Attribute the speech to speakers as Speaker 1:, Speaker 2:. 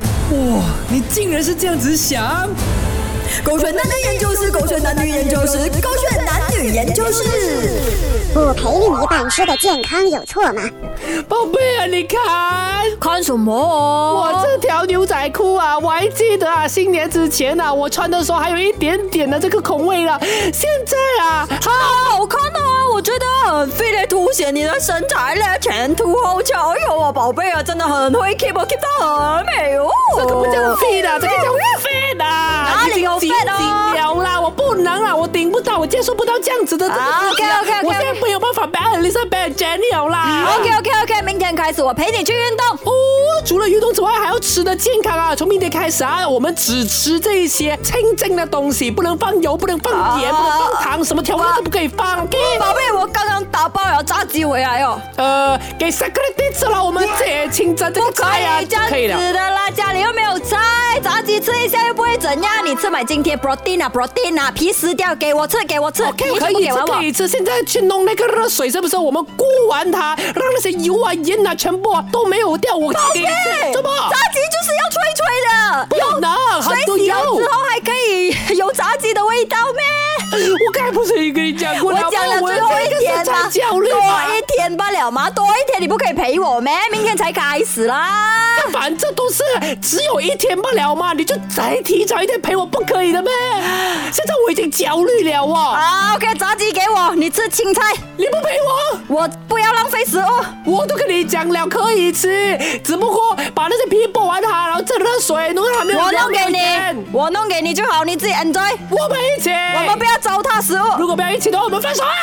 Speaker 1: 哇，你竟然是这样子想！
Speaker 2: 狗血男女研究室，狗血男女研究室，狗血男女研究室。
Speaker 3: 不陪另一半吃的健康有错吗？
Speaker 1: 宝贝啊，你看
Speaker 4: 看什么、哦？
Speaker 1: 我这条牛仔裤啊，我还记得啊，新年之前啊，我穿的时候还有一点点的这个孔位了，现在啊，
Speaker 4: 好好看啊！我觉得很非得凸显你的身材嘞，前凸后翘哟！我宝贝啊，真的很会 keep 哦 keep 到很美哦。
Speaker 1: 这个不叫 fit 啊，这个叫 fit 啊！
Speaker 4: 哪里有
Speaker 1: 已经
Speaker 4: fit 啊
Speaker 1: 紧紧了啦，我不能啦，我顶不到，我接受不到这样子的这个
Speaker 4: 啊
Speaker 1: 姿势啊
Speaker 4: OK，OK，OK
Speaker 1: 我现在没有办法 balance balance Jenny E 啦。
Speaker 4: OK OK OK，明天开始我陪你去运动。
Speaker 1: 哦，除了运动之外，还要吃的健康啊！从明天开始啊，我们只吃这一些清净的东西，不能放油，不能放盐，
Speaker 4: 啊
Speaker 1: 不能放糖，什么调味料都不可以放。OK，
Speaker 4: 宝贝，我刚刚打包了炸鸡回来哦，
Speaker 1: 呃，给 s e c r e t a r 吃了，我们这清蒸这个菜啊，
Speaker 4: 这样
Speaker 1: 可以了。
Speaker 4: 子的啦，家里又没有菜，炸鸡吃一下又不会怎样。你吃买今天 protein 啊 protein 啊，皮撕掉给我吃，给我吃，
Speaker 1: OK，
Speaker 4: 皮
Speaker 1: 可
Speaker 4: 全部
Speaker 1: 以
Speaker 4: 给
Speaker 1: 吃，
Speaker 4: 完我
Speaker 1: 哦可。以吃。现在去弄那个热水，是不是？我们过完它，让那些油啊、盐啊全部啊都没有掉。我给你吃，哎怎么？
Speaker 4: 炸鸡就是要脆脆的，
Speaker 1: 不能，很
Speaker 4: 水
Speaker 1: 多
Speaker 4: 洗了
Speaker 1: 油
Speaker 4: 之。后还可以有炸鸡的味道咩？
Speaker 1: 我刚才不是也跟你讲过
Speaker 4: 我
Speaker 1: 了吗？
Speaker 4: 讲了
Speaker 1: 我
Speaker 4: 最后一
Speaker 1: 这个是
Speaker 4: 天啦，
Speaker 1: 才教练啊
Speaker 4: 多
Speaker 1: 嘛
Speaker 4: 一天罢了嘛，多一天你不可以陪我咩？明天才开始啦。
Speaker 1: 反正都是只有一天不了嘛，你就再提早一天陪我不可以的咩？现在我已经焦虑了哦，
Speaker 4: 好，OK，炸啊鸡给我，你吃青菜，
Speaker 1: 你不陪我，
Speaker 4: 我不要浪费食物。
Speaker 1: 我都跟你讲了可以吃，只不过把那些皮剥完它，然后再热水弄到它没有
Speaker 4: 我弄给
Speaker 1: 盐
Speaker 4: 你，我弄给你就好，你自己 enjoy。
Speaker 1: 我们一起，
Speaker 4: 我们不要糟蹋食物。
Speaker 1: 如果不要一起的话，我们分手啊！